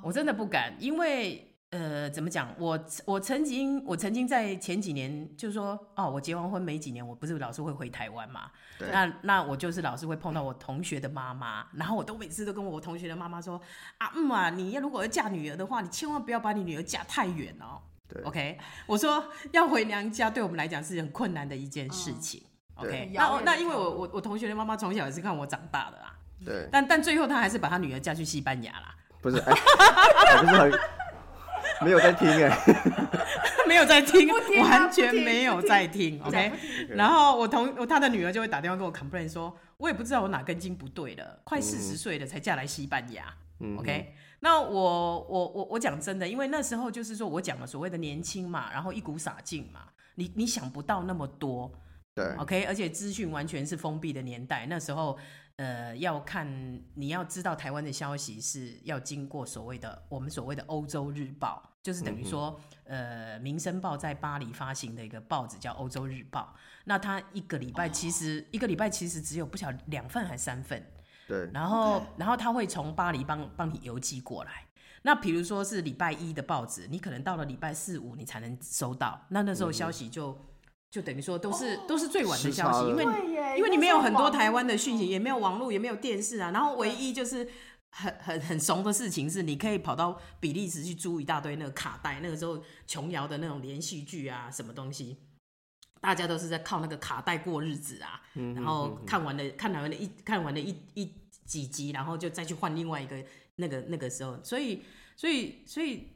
我真的不敢，因为呃，怎么讲？我我曾经我曾经在前几年，就是说，哦，我结完婚没几年，我不是老是会回台湾嘛，
对
那那我就是老是会碰到我同学的妈妈，然后我都每次都跟我同学的妈妈说啊，嗯啊，你要如果要嫁女儿的话，你千万不要把你女儿嫁太远哦。
对
，OK，我说要回娘家，对我们来讲是很困难的一件事情。
对
OK，
嗯很遥
那
远
那
的
因为
道
我
路
我我同学的妈妈从小也是看我长大的啊，
对，
但但最后她还是把她女儿嫁去西班牙啦，
不是，哎，我不是很没有在听哎、
没有在听，
不听啊
完
不
全
听
没
不
有
听
在听。
讲
OK，
不听
然后我同我他的女儿就会打电话跟我 complain 说，我也不知道我哪根筋不对了，快四十岁了才嫁来西班牙。
嗯哼
OK，那我我我我讲真的，因为那时候就是说我讲了所谓的年轻嘛，然后一股傻劲嘛，你你想不到那么多。
对
OK，而且资讯完全是封闭的年代，那时候呃要看你要知道台湾的消息是要经过所谓的我们所谓的欧洲日报，就是等于说、呃《民生报》在巴黎发行的一个报纸叫《欧洲日报》，那它一个礼拜其实、一个礼拜其实只有不晓得两份还三份，
对
然后然后他会从巴黎帮帮你邮寄过来。那比如说是礼拜一的报纸，你可能到了礼拜四五你才能收到，那那时候消息就、就等于说都是、都是最晚的
时
消
差了
息，因为你
对耶，
因为你
那
没
时
有
候
很多
网
台
络哦
湾的讯息，也没有网络，也没有电视啊。然后唯一就是很很很怂的事情是，你可以跑到比利时去租一大堆那个卡带，那个时候琼瑶的那种连续剧啊，什么东西。大家都是在靠那个卡带过日子啊，然后看完了看完了一看完了一一几集，然后就再去换另外一个那个那个时候，所以所以所以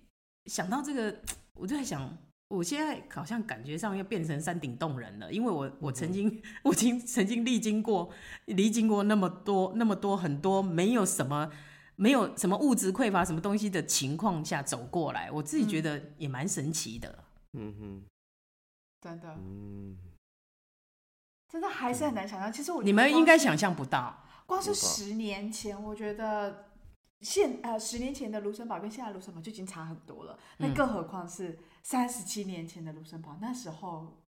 想到这个，我就在想，我现在好像感觉上又变成山顶洞人了，因为我
嗯
我曾经、我已经曾经历经过历经过那么多那么多很多没有什么没有什么物质匮乏什么东西的情况下走过来，我自己
嗯
觉得也蛮神奇的。
嗯哼，
真的
嗯，
真的还是很难想象。其实我
嗯你
觉得
们
光
应该嗯
是
想象不到，
光是
无法
十年前，我觉得现呃十年前的卢森堡跟现在的卢森堡就已经差很多了，那
嗯
更何况是三十七年前的卢森堡，那时候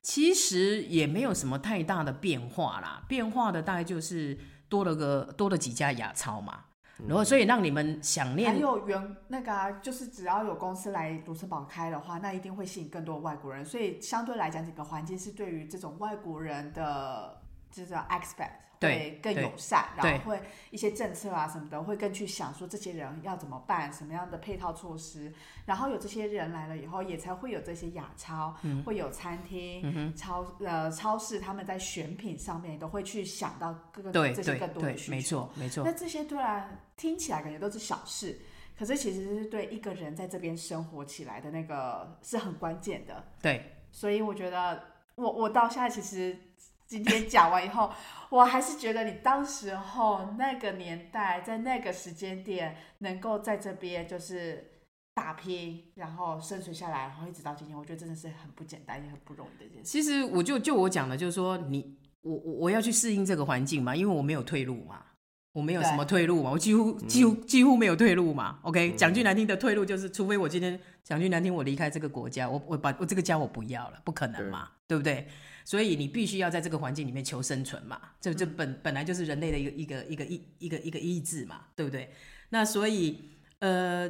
其实也没有什么太大的变化啦，变化的大概就是多了个多了几家雅超嘛，
嗯
然后所以让你们想
嗯还
念
有原那个、啊、就是只要有公司来卢森堡开的话，那一定会吸引更多外国人，所以相对来讲，整个环境是对于这种外国人的。这种 expat
对
会更
对
友善，然
对
后会一些政策啊什么的，会更去想说这些人要怎么办，什么样的配套措施，然后有这些人来了以后，也才会有这些雅超，
嗯
会有餐厅、超呃超市，他们在选品上面都会去想到各个
对
这些
对
更多
对
的，需
没
求。
错没错
那，这些突然听起来感觉都是小事，可是其实是对一个人在这边生活起来的那个是很关键的。
对，
所以我觉得我我到现在其实今天讲完以后，我还是觉得你当时候那个年代，在那个时间点能够在这边就是打拼，然后生存下来，然后一直到今天，我觉得真的是很不简单，也很不容易的一件事。
其实我就就我讲的，就是说你我我我要去适应这个环境嘛，因为我没有退路嘛，我没有什么退路嘛，我几乎几乎几乎没有退路嘛。OK，讲句难听的退路就是，除非我今天讲句难听，我离开这个国家，我我把我这个家我不要了，不可能嘛，对不对？所以你必须要在这个环境里面求生存嘛，这这本本来就是人类的一个一个一个一一个一个意志嘛，对不对？那所以呃，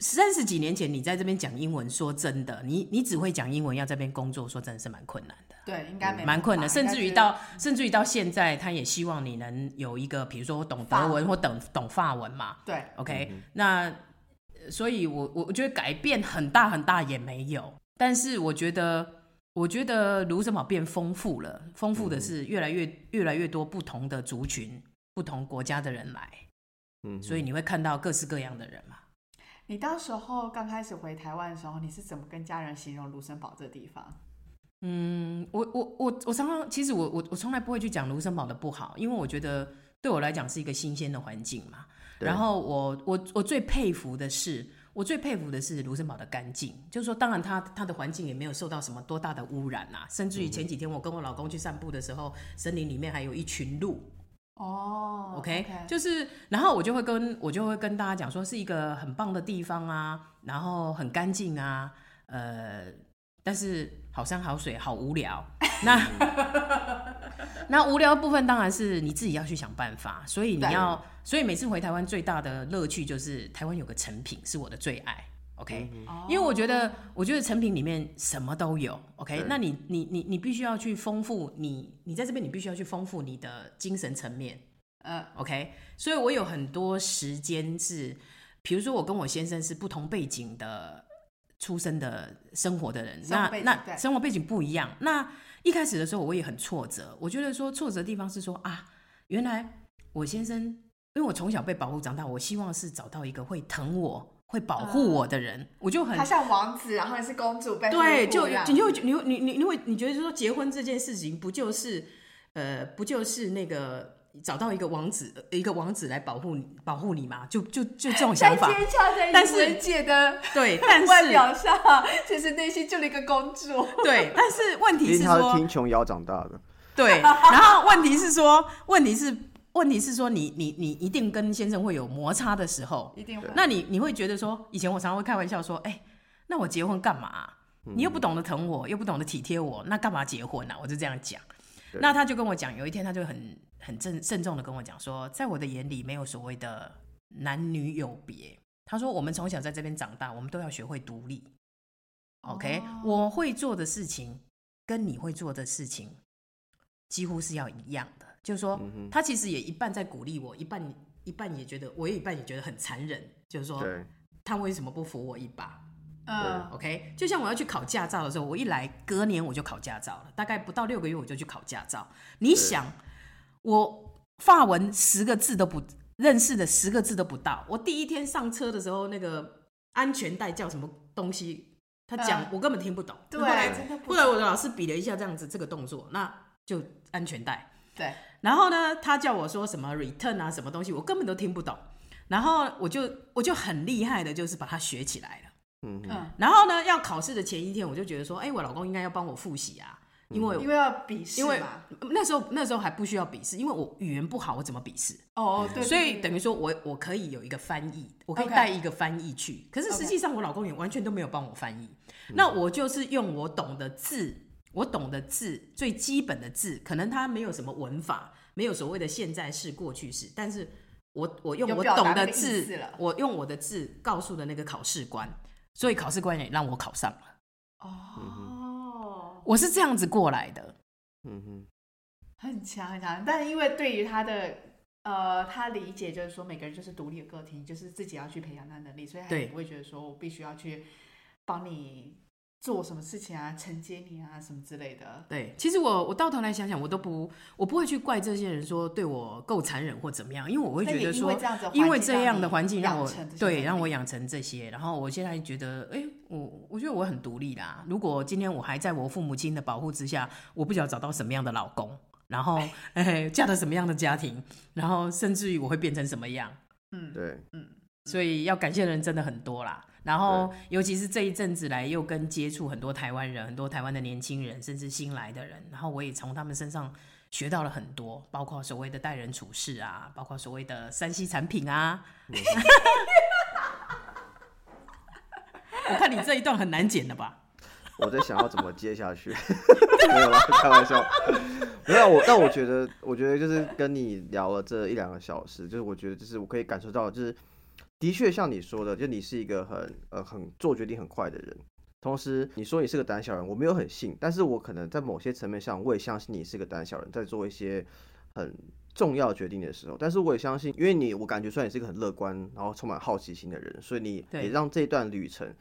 三十几年前你在这边讲英文，说真的，你你只会讲英文，要在这边工作，说真的是蛮困难的。
对，应该没
蛮困
办
难，
法
甚至于
应该是
到甚至于到现在，他也希望你能有一个，比如说我懂
法
德文或嗯懂懂法文嘛
对
，OK，、那呃所以我我我觉得改变很大很大也没有，但是我觉得。我觉得卢森堡变丰富了，丰富的是越来越、越来越多不同的族群、不同国家的人来，
嗯哼
所以你会看到各式各样的人嘛。
你当时候刚开始回台湾的时候，你是怎么跟家人形容卢森堡这地方？
嗯，我我我我常常其实我我我从来不会去讲卢森堡的不好，因为我觉得对我来讲是一个新鲜的环境嘛。
对
然后我我我最佩服的是，我最佩服的是卢森堡的干净，就是说，当然它它的环境也没有受到什么多大的污染啊，甚至于前几天我跟我老公去散步的时候，森林里面还有一群鹿，
哦
OK，就是，然后我就会跟我就会跟大家讲说，是一个很棒的地方啊，然后很干净啊，呃，但是好山好水，好无聊。那那无聊的部分当然是你自己要去想办法，所以你
对
要，所以每次回台湾最大的乐趣就是台湾有个成品是我的最爱，OK，、因
嗯
为我觉得，我觉得成品里面什么都有，OK？
对
那你你你你必须要去丰富你你在这边你必须要去丰富你的精神层面，
呃，
OK，所以我有很多时间是，比如说我跟我先生是不同背景的出生的生活的人，
生活
那
背景
那
对
生活背景不一样。那一开始的时候我也很挫折，我觉得说挫折的地方是说啊，原来我先生，因为我从小被保护长大，我希望是找到一个会疼我、会保
啊
护我的人，我就很
他像王子，然后你是公主被呵
对，
护
就
这样
你就会觉你会你你你会你觉得说结婚这件事情不就是呃不就是那个找到一个王子呃一个王子来保护你保护你嘛？就就就这种想
在
法，
坚强的
但
但
是
是姐的
对，但
外
是
表上，其实内心就是一个公主。
对，但是问
毕
题是
竟他是
说
听琼瑶长大的，
对，然后问题是说问题是问题是说你你你一定跟先生会有摩擦的时候，
一定会。
那你你会觉得说，以前我常常会开玩笑说，哎、那我结婚干嘛啊、你又不懂得疼我，又不懂得体贴我，那干嘛结婚呢、啊？我就这样讲。
对
那他就跟我讲，有一天他就很很郑慎重的跟我讲说，在我的眼里没有所谓的男女有别。他说我们从小在这边长大，我们都要学会独立。OK，、我会做的事情跟你会做的事情几乎是要一样的，就是说，他其实也一半在鼓励我，一半一半也觉得，我也一半也觉得很残忍，就是说，
对，
他为什么不扶我一把
嗯，
？OK，就像我要去考驾照的时候，我一来隔年我就考驾照了，大概不到六个月我就去考驾照。你想，我法文十个字都不认识的，十个字都不到。我第一天上车的时候，那个安全带叫什么东西，他讲、
嗯
我根本听不懂。
对
后来，
真的不
后来我的老师比了一下这样子这个动作，那就安全带。
对，
然后呢，他叫我说什么 return 啊，什么东西，我根本都听不懂。然后我就我就很厉害的，就是把它学起来了。
嗯哼，
嗯，
然后呢，要考试的前一天，我就觉得说，哎、我老公应该要帮我复习啊，因为、
因为要笔试
因为
嘛。
那时候那时候还不需要笔试，因为我语言不好，我怎么笔试？
哦哦，对，
所
对
以
对
等于说我我可以有一个翻译，我可以
OK
带一个翻译去。可是实际上我老公也完全都没有帮我翻译，那我就是用我懂的字，我懂的字最基本的字，可能它没有什么文法，没有所谓的现在式、过去式，但是我我用
有
我
表达
懂
那
的
个意
字
思了，
我用我的字告诉的那个考试官，所以考试官也让我考上了。
哦，
我是这样子过来的，
嗯哼，
很强很强。但因为对于他的呃，他理解就是说每个人就是独立的个体，就是自己要去培养他的能力，所以他
对
也不会觉得说我必须要去帮你做什么事情啊，承接你啊什么之类的。
对，其实我我到头来想想，我都不我不会去怪这些人说对我够残忍或怎么样，因为我会
那
觉
也
得
因
说
为这样子的环境让你养成这些能力，
因为这样的环境让我对让我
养
养成这些，然后我现在觉得，哎、我我觉得我很独立啦。如果今天我还在我父母亲的保护之下，我不晓得找到什么样的老公，然后哎、嫁到什么样的家庭，然后甚至于我会变成什么样，
嗯
对，
嗯
所以要感谢的人真的很多啦。然后，尤其是这一阵子来，又跟接触很多台湾人、很多台湾的年轻人，甚至新来的人，然后我也从他们身上学到了很多，包括所谓的待人处事啊，包括所谓的山西产品啊。 我看你这一段很难剪的吧？
我在想要怎么接下去， 没有啦，开玩笑。 没有我，但我觉得，我觉得就是跟你聊了这一两个小时，就是我觉得就是我可以感受到，就是的确像你说的，就你是一个很呃很做决定很快的人。同时，你说你是个胆小人，我没有很信，但是我可能在某些层面上，我也相信你是个胆小人，在做一些很重要决定的时候。但是我也相信，因为你，我感觉出来你是一个很乐观，然后充满好奇心的人，所以你
对
也让这段旅程，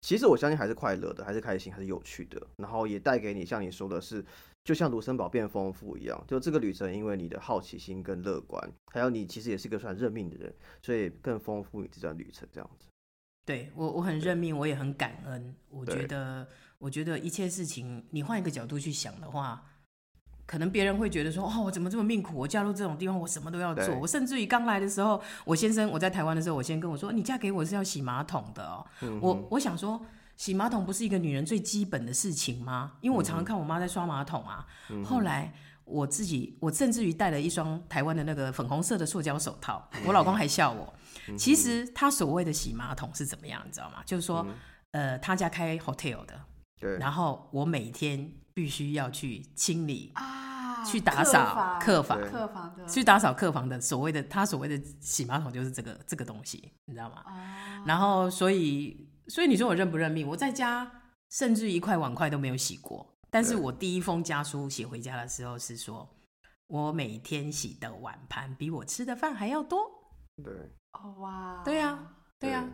其实我相信还是快乐的，还是开心，还是有趣的，然后也带给你像你说的是，就像卢森堡变丰富一样，就这个旅程，因为你的好奇心跟乐观，还有你其实也是一个算认命的人，所以更丰富你这段旅程这样子。
对我我很认命，我也很感恩。我
对
觉得，我觉得一切事情，你换一个角度去想的话，可能别人会觉得说，哦，我怎么这么命苦？我嫁入这种地方，我什么都要做。
对
我甚至于刚来的时候，我先生我在台湾的时候，我先跟我说，你嫁给我是要洗马桶的哦。
嗯
我我想说。洗马桶不是一个女人最基本的事情吗？因为我常
嗯
常看我妈在刷马桶啊。后来我自己，我甚至于带了一双台湾的那个粉红色的塑胶手套， 我老公还笑我。
嗯
其实他所谓的洗马桶是怎么样，你知道吗？就是说，呃，他家开 hotel 的，
嗯对，
然后我每天必须要去清理、
啊，
去打扫
客
客房，
对
客房的
去打扫客房的所谓的他所谓的洗马桶就是这个这个东西，你知道吗？
哦，
然后所以所以你说我认不认命？我在家甚至一块碗筷都没有洗过，但是
对
我第一封家书写回家的时候是说，我每天洗的碗盘比我吃的饭还要多。
对，
哦哇，
对啊对呀、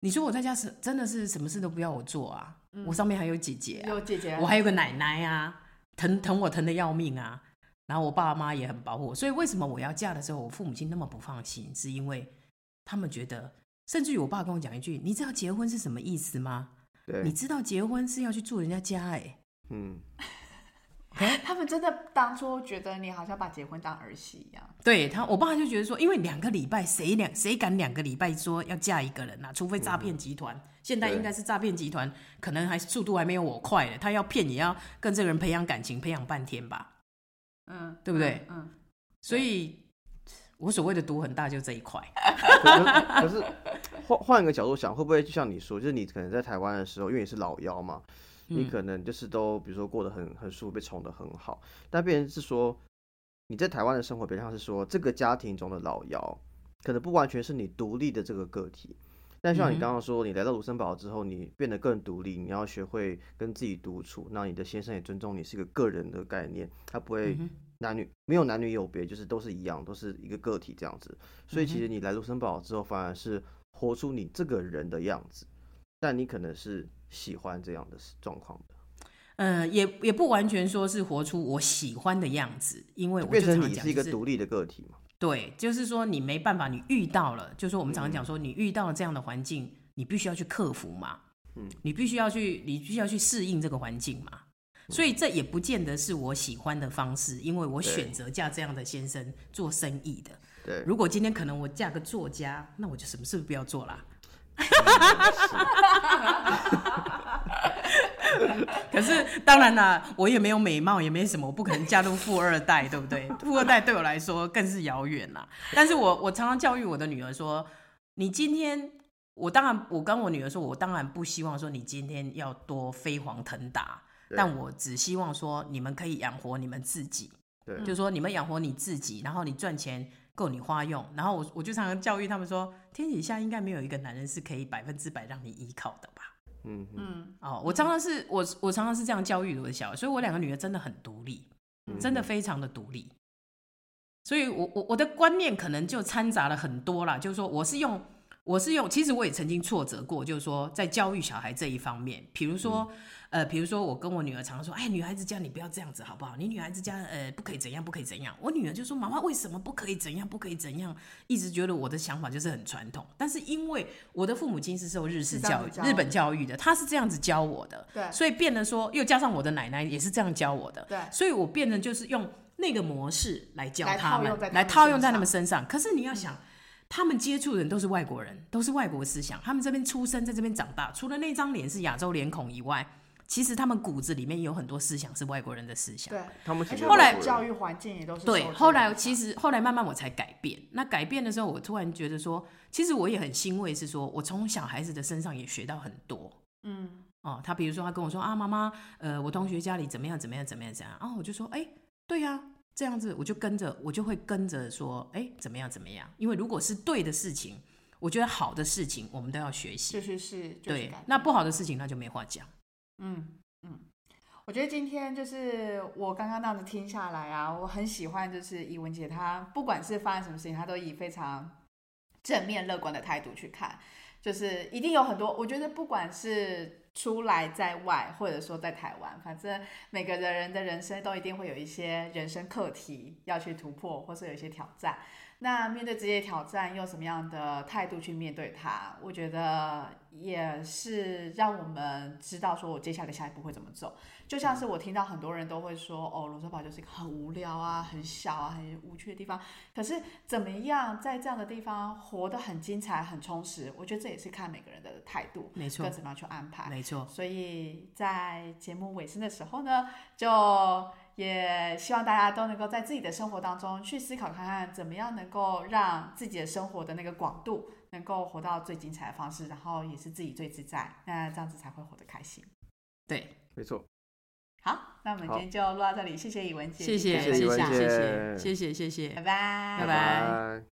你说我在家是真的是什么事都不要我做啊？
嗯
我上面还有姐姐、啊，
有姐姐，
我还有个奶奶啊，疼疼我疼的要命啊。然后我爸妈也很保护我，所以为什么我要嫁的时候，我父母亲那么不放心，是因为他们觉得，甚至于我爸跟我讲一句：“你知道结婚是什么意思吗？
对，
你
对，
知道结婚是要去住人家家、欸，
嗯，
他们真的当初觉得你好像把结婚当儿戏一样，
对他，我爸就觉得说，因为两个礼拜，谁两谁敢两个礼拜说要嫁一个人呐、啊除非诈骗集团，现在
对
应该是诈骗集团，可能还速度还没有我快的，他要骗也要跟这个人培养感情，培养半天吧。
嗯，
对不对
嗯？嗯，
所以，我所谓的毒很大，就这一块。
可可可是换换一个角度想，会不会就像你说，就是你可能在台湾的时候，因为你是老幺嘛，你
嗯
可能就是都比如说过得很很舒服，被宠得很好，但变成是说你在台湾的生活，比较像是说这个家庭中的老幺，可能不完全是你独立的这个个体。但像
嗯
你
哼
刚刚说，你来到卢森堡之后，你变得更独立，你要学会跟自己独处，那你的先生也尊重你是一个个人的概念，他不会
嗯哼
男女没有男女有别，就是都是一样，都是一个个体这样子。所以
嗯
其
哼
实你来卢森堡之后，反而是活出你这个人的样子，但你可能是喜欢这样的状况的，
呃，也也不完全说是活出我喜欢的样子，因为我
变
就
成
常
你
讲
是一个
就是
独立的个体嘛。
对，就是说你没办法，你遇到了，就是我们常常讲说，你遇到了这样的环境，你必须要去克服嘛，
嗯，
你必须要去，你必须要去适应这个环境嘛。所以这也不见得是我喜欢的方式，因为我
嗯对
选择嫁这样的先生做生意的。
对，
如果今天可能我嫁个作家，那我就什么事都不要做啦。
嗯
可是当然啦，我也没有美貌，也没什么，我不可能嫁入富二代，对不对？富二代对我来说更是遥远啦。但是我我常常教育我的女儿说，你今天。我当然，我跟我女儿说，我当然不希望说你今天要多飞黄腾达，
对
但我只希望说你们可以养活你们自己。
对
就说你们养活你自己，然后你赚钱够你花用，然后我我就常常教育他们说，天底下应该没有一个男人是可以百分之百让你依靠的吧。
嗯嗯
嗯，
哦，我常常是我我常常是这样教育我的小孩，所以我两个女儿真的很独立，
嗯
真的
嗯
非常的独立。所以我我我的观念可能就掺杂了很多啦，就是说我是用我是用，其实我也曾经挫折过，就是说在教育小孩这一方面，比如说、
嗯
呃，比如说我跟我女儿常常说，哎，女孩子家你不要这样子好不好？你女孩子家呃不可以怎样，不可以怎样。我女儿就说妈妈为什么不可以怎样，不可以怎样？一直觉得我的想法就是很传统，但是因为我的父母亲是受日式
是这样
教育、
子教
日本教育的，他是这样子教我的，
对
所以变得说，又加上我的奶奶也是这样教我的，
对
所以我变得就是用那个模式来教
来
他
套
们
用在，他
来
们
套
身
用在他
上嗯
们身上。可是你要想，他们接触的人都是外国人，都是外国思想，他们这边出生，在这边长大，除了那张脸是亚洲脸孔以外，其实他们骨子里面有很多思想是外国人的思想。
对，
他们
而
其实
且
有
后来
很多
教
人
育环境也都是
对
受，这
后
个
来
影
其
响
实后来慢慢我才改变。那改变的时候，我突然觉得说，其实我也很欣慰，是说我从小孩子的身上也学到很多。
嗯
哦，他比如说他跟我说啊，妈妈，呃，我同学家里怎么样怎么样怎么样怎么样，啊，我就说，哎，对呀、这样子我就跟着，我就会跟着说，哎，怎么样怎么样，因为如果是对的事情，我觉得好的事情我们都要学习，
就去是就去
对
改，
那
变
不好的事情那就没话讲，
嗯，嗯，我觉得今天就是我刚刚那样子听下来啊，我很喜欢，就是怡文姐她不管是发生什么事情，她都以非常正面乐观的态度去看，就是一定有很多，我觉得不管是。出来在外，或者说在台湾，反正每个人的人生都一定会有一些人生课题要去突破，或是有一些挑战。那面对这些挑战，用什么样的态度去面对它？我觉得也是让我们知道，说我接下来下一步会怎么走。就像是我听到很多人都会说，哦，罗森堡就是一个很无聊啊、很小啊、很无趣的地方。可是怎么样在这样的地方活得很精彩、很充实？我觉得这也是看每个人的态度，
没错
跟，怎么样去安排。
没错。
所以在节目尾声的时候呢，就也希望大家都能够在自己的生活当中去思考看看，怎么样能够让自己的生活的那个广度能够活到最精彩的方式，然后也是自己最自在，那这样子才会活得开心。
对，
没错，
好，那我们今天就录到这里，谢谢以文姐，
谢谢，
谢
谢
谢
谢，
文
谢
姐
谢，谢谢，谢谢
拜。拜
拜拜
拜